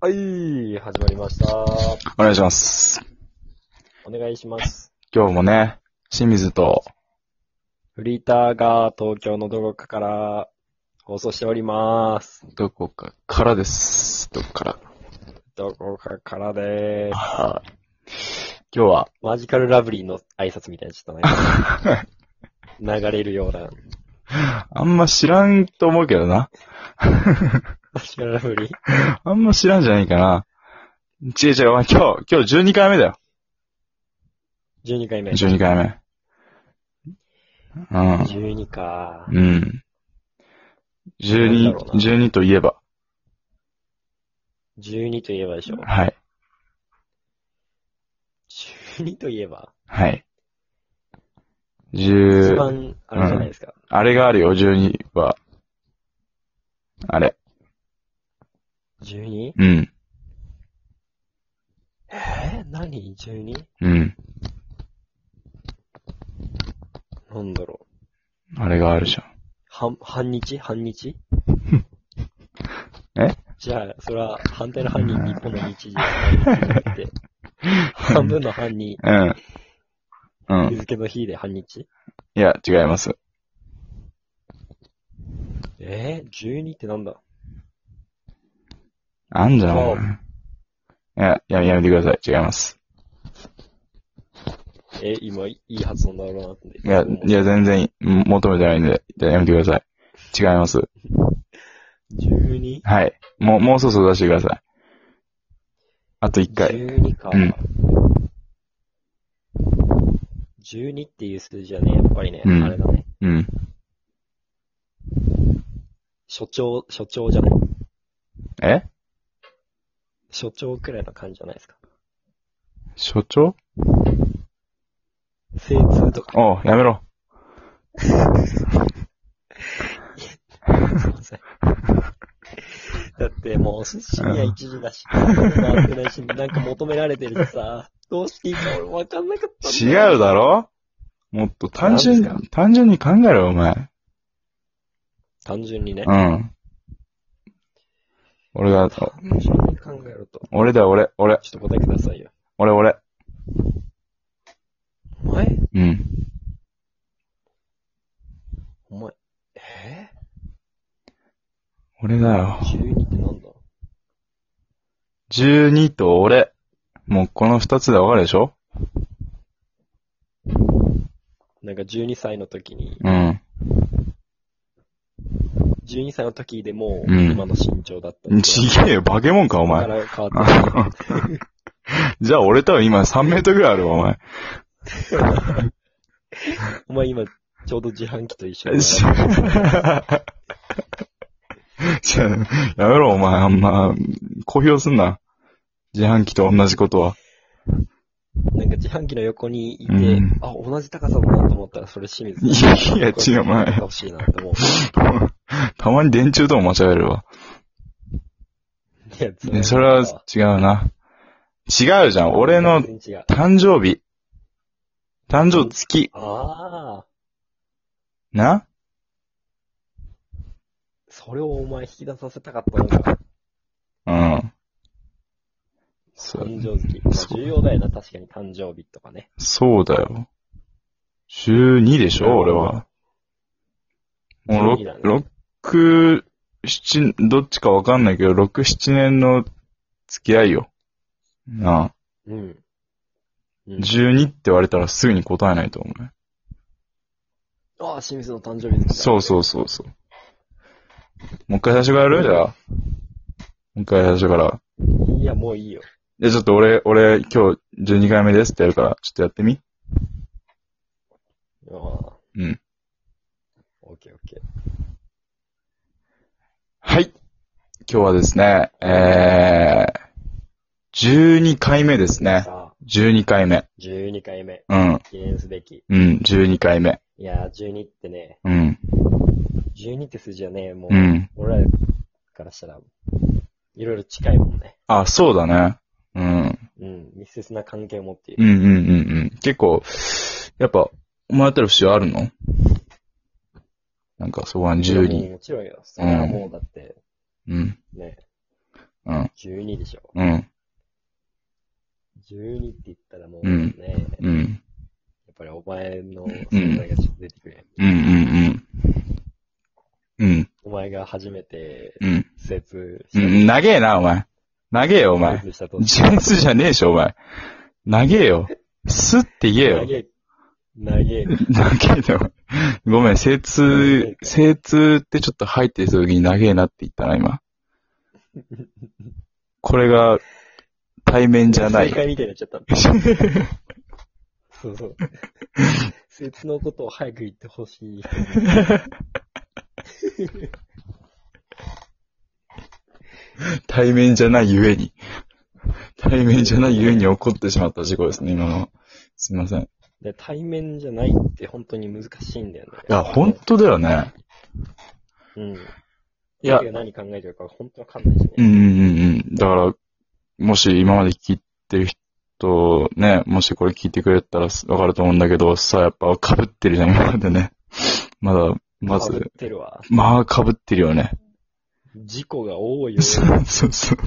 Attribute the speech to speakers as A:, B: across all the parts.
A: はい、始まりました。お
B: お願いします。
A: 願いします。
B: 今日もね、清水と、
A: フリーターが東京のどこかから放送しております。
B: どこかからです。どこから。
A: どこかからでーす。
B: はい。今日は、
A: マジカルラブリーの挨拶みたいにちょっとね、流れるような。
B: あんま知らんと思うけどな。
A: マジカルラブリー
B: あんま知らんじゃないかな。違う違う、お前今日、今日12回目だよ。
A: ?12 回目。
B: 12回目。う
A: 12か。
B: ん。う
A: な
B: ん。
A: ん
B: 12
A: だろ、うな
B: 12といえば。
A: 12といえばでしょ。
B: はい。
A: 12といえば、
B: はい。
A: 一
B: 10、
A: 番あれじゃないですか。
B: あれがあるよ、12は。あれ。
A: 12?
B: うん。
A: え何 ?12?
B: うん。
A: なんだろう。
B: あれがあるじゃん。
A: 半、半日半日
B: え
A: じゃあ、それは反対の半に日本の日時半日じゃなくて、半分の半に
B: うん。う
A: 日
B: ん。
A: 付の日で半日
B: いや、違います。
A: えー、12ってなんだ
B: あんじゃん。お前いや、やめ、やめてください。違います。
A: え今いい発音だろうなって。
B: いや、いや、全然いい、ん求めてないんで、いややめてください。違います。
A: 12?12
B: はい。もう、もうそろそろ出してください。あと一回。
A: か。
B: うん
A: 12っていう数字はね、やっぱりね、
B: うん
A: あれだね。
B: うん。
A: 所長、所長じゃない。
B: え
A: 所長くらいの感じじゃないですか。
B: 所長
A: 精通とか。
B: おうやめろ。
A: すいません。だってもう深夜1時だし、回ってないし、なんか求められてるしさ、どうしていいか俺分かんなかったん
B: 違
A: だよ
B: うだろもっと単純
A: 何で
B: に、単純に考えろよ、お前。
A: 単純にね。
B: うん。俺が、
A: 単純に考えると。
B: 俺だよ、俺、俺、
A: ちょっと答えくださいよ。
B: 俺、俺。
A: お前
B: うん。
A: お前。え
B: 俺だよ
A: ー、。?12 ってなんだ
B: 12と俺。もうこの二つでわかるでしょ
A: なんか12歳の時に、
B: うん。
A: 12歳の時でもう
B: うん
A: 今の身長だったりとか。
B: ちげえよ、バケモンか、お前。
A: だから変わってない。
B: じゃあ俺多分今3メートルぐらいあるわ、お前。
A: お前今、ちょうど自販機と一緒に。
B: じゃ あ、やめろ、お前。あんま、公表すんな。自販機と同じことは。
A: なんか自販機の横にいて、
B: うん
A: あ、同じ高さだなと思ったら、それ清水
B: いやいや違う前
A: なんか欲しいなって思う。
B: たまに電柱とも間違えるわ。
A: いや、
B: ねそれは違うな。違うじゃん。俺の
A: 全然違う。
B: 誕生日。誕生月。
A: ああ、
B: な
A: それをお前引き出させたかったのか。
B: うん。そう
A: 誕生日。まあ、
B: そう
A: 重要だよな、確かに誕生日とかね。
B: そうだよ。12でしょ、俺は。もう
A: 12だね
B: 6、6、7、どっちかわかんないけど、6、7年の付き合いよ。なあ。
A: うん。うん、
B: 12って言われたらすぐに答えないと思うね。
A: ああ、清水の誕生日
B: そうそうそうそう。もう一回最初からやるじゃあ。もう一回最初から。
A: う。いや、もういいよ。
B: じゃあちょっと俺、俺、今日12回目ですってやるから、ちょっとやってみ。
A: ああ。
B: うん。
A: オッケーオッケー。
B: はい。今日はですね、えー、12回目ですね。
A: さあ、
B: 12回目。
A: 12回目。
B: うん。
A: 記念すべき。
B: うん。12回目。
A: いやー、12ってね、
B: うん。
A: 12って数字はね、もう、
B: うん。
A: 俺らからしたら、いろいろ近いもんね。
B: あ、そうだね。うん。
A: うん。密接な関係を持っている。
B: うんうんうんうん。結構、やっぱ、もらったり節はあるのなんか、そこは12。
A: もちろんよ。それはもうだって、
B: うん。
A: ね、
B: うん。
A: 12でしょ。
B: うん。
A: 12って言ったらもう
B: うん
A: ね、やっ
B: うん。
A: ぱりお前の存在がちょっと出てくるやん。
B: うんうんうん。うん。
A: お前が初めて、
B: うん。
A: 説
B: う
A: し
B: ん。
A: た。
B: 長えな、お前。長えよ、お前。
A: 施設したと
B: 自滅じゃねえし、お前。長えよ。すって言え
A: 投
B: よ。
A: げ、投げ、
B: 長えよ。ごめん、精通、精通ってちょっと入ってる時に長えなって言ったな、今。これが、対面じゃない
A: 正。 解みたいになっちゃったの。そうそう。 説のことを早く言ってほしい。
B: 対面じゃないゆえに。対面じゃないゆえに起こってしまった事故ですね、今の。すいません。い
A: で対面じゃないって本当に難しいんだよね。
B: や、本当だよね。
A: うん。
B: いや
A: 相手が何考えてるか本当わかんないしね。
B: うんうんうんうん。だから、もし今まで聞いてる人、ね、もしこれ聞いてくれたらわかると思うんだけど、さ、やっぱ被ってるじゃん、今までね。 まだ、ま
A: かぶ
B: ず、
A: ってるわ。
B: まあ被ってるよね。
A: 事故が多いよ。
B: そうそうそう。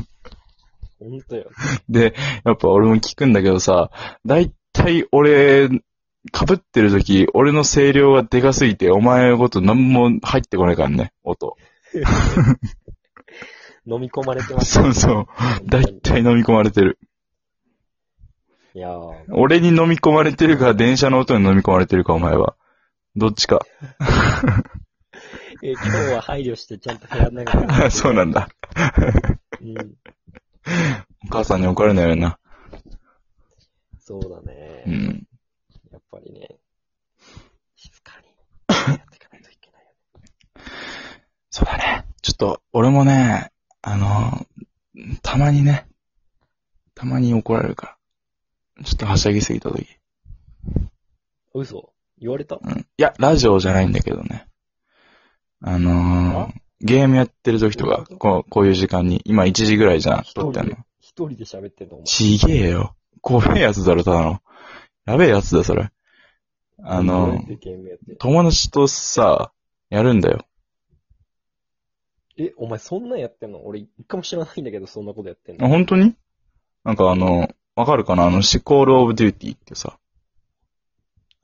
A: 本当よ。
B: で、やっぱ俺も聞くんだけどさ、だいたい俺、被ってる時、俺の声量がでかすぎて、お前のこと何も入ってこないからね、音。
A: 飲み込まれてます。
B: そうそう。だいたい飲み込まれてる。
A: いやー、
B: 俺に飲み込まれてるか、電車の音に飲み込まれてるか、お前は。どっちか。
A: え今日は配慮してちゃんと部屋の中に
B: あ そうなんだ。
A: うん。
B: お母さんに怒られないよな。
A: そうだね。
B: うん。
A: やっぱりね、静かにやっていかないといけないよね。
B: そうだね。ちょっと、俺もね、あの、たまにね、たまに怒られるから。ちょっとはしゃぎすぎた時。
A: 嘘言われた
B: うん。いや、ラジオじゃないんだけどね。あのー、ゲームやってる時とか、こう、こういう時間に、今1時ぐらいじゃん、撮ってんの。
A: 一人で喋ってんのお前。
B: ちげえよ。怖えやつだろ、ただの。やべえやつだ、それ。あ
A: どう
B: の
A: やっ、てゲームやってんの
B: 友達とさ、やるんだよ。
A: え、お前そんなんやってんの俺一回も知らないんだけど、そんなことやってん
B: あ
A: の。
B: 本当になんかあの、わかるかなあの、シコールオブデューティーってさ。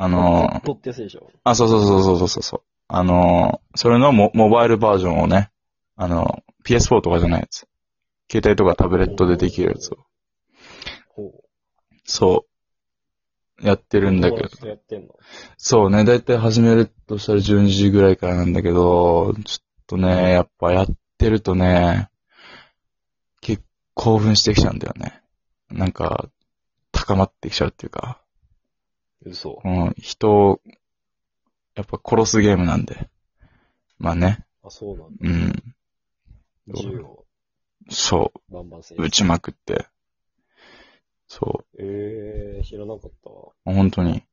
B: あのー、
A: 取ってやつでしょ。
B: あ、そうそうそうそうそうそう。あのー、それのモモバイルバージョンをね、あの、PS4 とかじゃないやつ。携帯とかタブレットでできるやつを。
A: ほ
B: そう。やって
A: う。
B: るんだけど
A: 友。達とやってんの。
B: そうね、だいたい始めるとしたら12時ぐらいからなんだけど、ちょっとね、やっぱやってるとね、結構興奮してきちゃうんだよね。なんか、高まってきちゃうっていうか、
A: 嘘。
B: うん、人を、やっぱ殺すゲームなんで。まあね、
A: あ、そうなんだ。
B: うん、
A: 銃を
B: そ
A: バンバンせ
B: う、撃ちまくって。そ
A: えー、知らなかったわ。
B: う、本当に。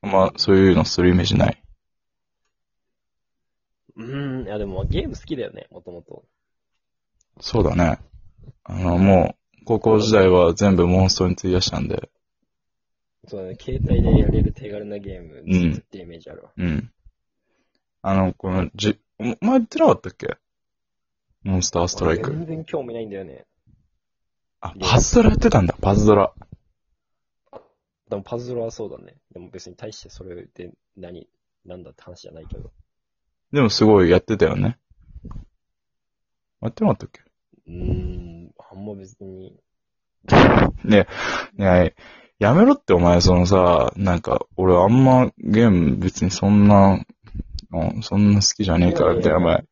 B: まあ、そういうのするイメージない。
A: うん、いやでもゲーム好きだよね、もともと。
B: そうだね。あの、もう、高校時代は全部モンストに費やしたんで、
A: そうだね、携帯でやれる手軽なゲーム作ってるイメージあるわ。
B: うん。あの、この、じ、お前言ってなかったっけモンスターストライク。
A: 全然興味ないんだよね。
B: あ、パズドラやってたんだ、パズドラ。
A: でもパズルはそうだね。でも別に対してそれで何、なんだって話じゃないけど。
B: でもすごいやってたよね。やってなかったっけ
A: うーん、あんま別に。
B: ねえ、ねえ、やめろってお前、そのさ、なんか、俺あんまゲーム別にそんな、うん、そんな好きじゃねえから、みたいな、お前。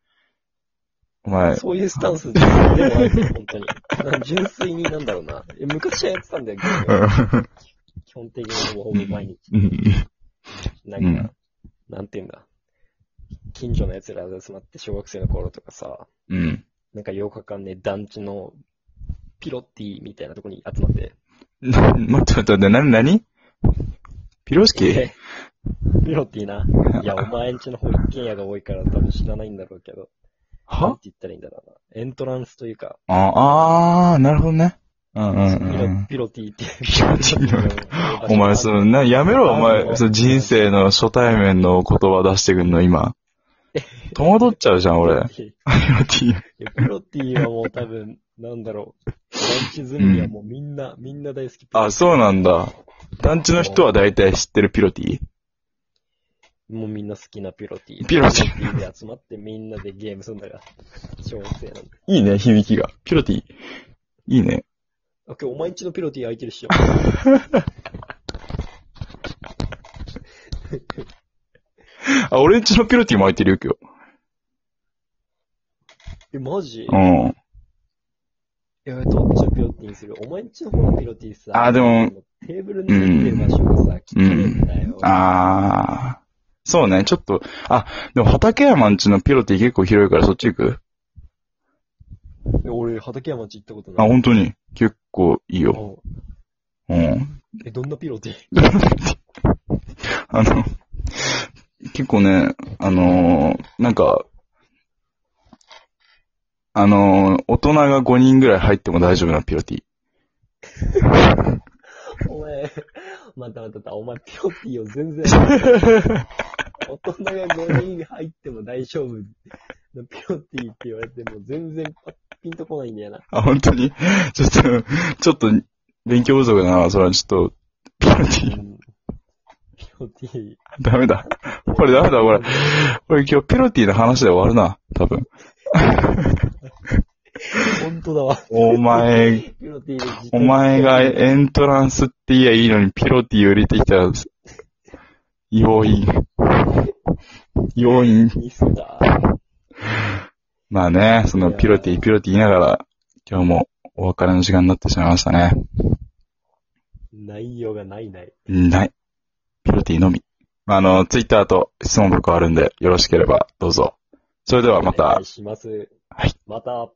B: お前、
A: そういうスタンスでもないけど、本当に。 なんか純粋になんだろうな。え昔はやってたんだよ、ゲームは基本的にほぼほぼ毎日。
B: うん、
A: なんか、なんていうんだ。近所の奴らで集まって小学生の頃とかさ、
B: うん。
A: なんか8日間ね、団地のピロッティみたいなとこに集まって。
B: な待って待って待って、な、なにピロシキ
A: ピロッティな。い や、お前んちの方一軒家が多いから多分知らないんだろうけど。なん
B: は
A: て言ったらいいんだろうな。エントランスというか、
B: あ、あー、なるほどね。うんうん
A: ピ
B: うんう
A: ロ
B: ん。
A: ピロティっていう。
B: ピロティ お前、その、な、やめろ、お前、その人生の初対面の言葉出してくんの、今。戸惑っちゃうじゃん、俺。
A: ピロティ
B: ピロティ。
A: いやピロティはもう多分、なんだろう。ランチ済みはもうみんな、みんな大好き。
B: あ、そうなんだ。団地の人は大体知ってるピロティ
A: もうみんな好きなピロティ。
B: ピロティ
A: で集まってみんなでゲームするんだが、小学生なんで。
B: いいね、響きが。ピロティいいね。
A: あ、今日お前んちのピロティ空いてるっしょ。
B: あ、俺んちのピロティも空いてるよ、今日。
A: え、マジ
B: うん。
A: いや、どっちをピロティにするお前んちの方のピロティさ。
B: あでも。
A: テーブルに出てる場所がさ、きれいんだよ。
B: あー。そうね、ちょっと、あ、でも畠山んちのピロティ結構広いからそっち行く
A: で俺、畠山んち行ったこと
B: あ、
A: ない。
B: 本当に結構いいよ。
A: うん
B: うん。
A: え、どんなピロテ ィ
B: あの、結構ね、あのーなんか、あのー大人が5人ぐらい入っても大丈夫なピロティ。
A: お前、またまたまた、お前ピロティを全 然、大人が5人入っても大丈夫。ピロティって言われても全然パッピンとこないんだよな。
B: あ、本当に ちょっと、ちょっと、勉強不足だな、それはちょっと、ピロティ、
A: うんピロティ。
B: ダメだ。これダメだ、これ。これ今日ピロティの話で終わるな、多分。
A: 本当だわ。
B: お前、
A: ピロティで自
B: お
A: 転
B: 前がエントランスって言えばいいのに、ピロティを入れてきた、要因。要因。
A: ミスター。
B: まあね、その
A: いやー
B: ピロティ、ピロティ言いながら、今日もお別れの時間になってしまいましたね。
A: 内容がないない。
B: うんない。ピロティのみ。あの、ツイッターと質問箱あるんで、よろしければどうぞ。それではま
A: お
B: た
A: 願い。します。
B: はい。
A: また。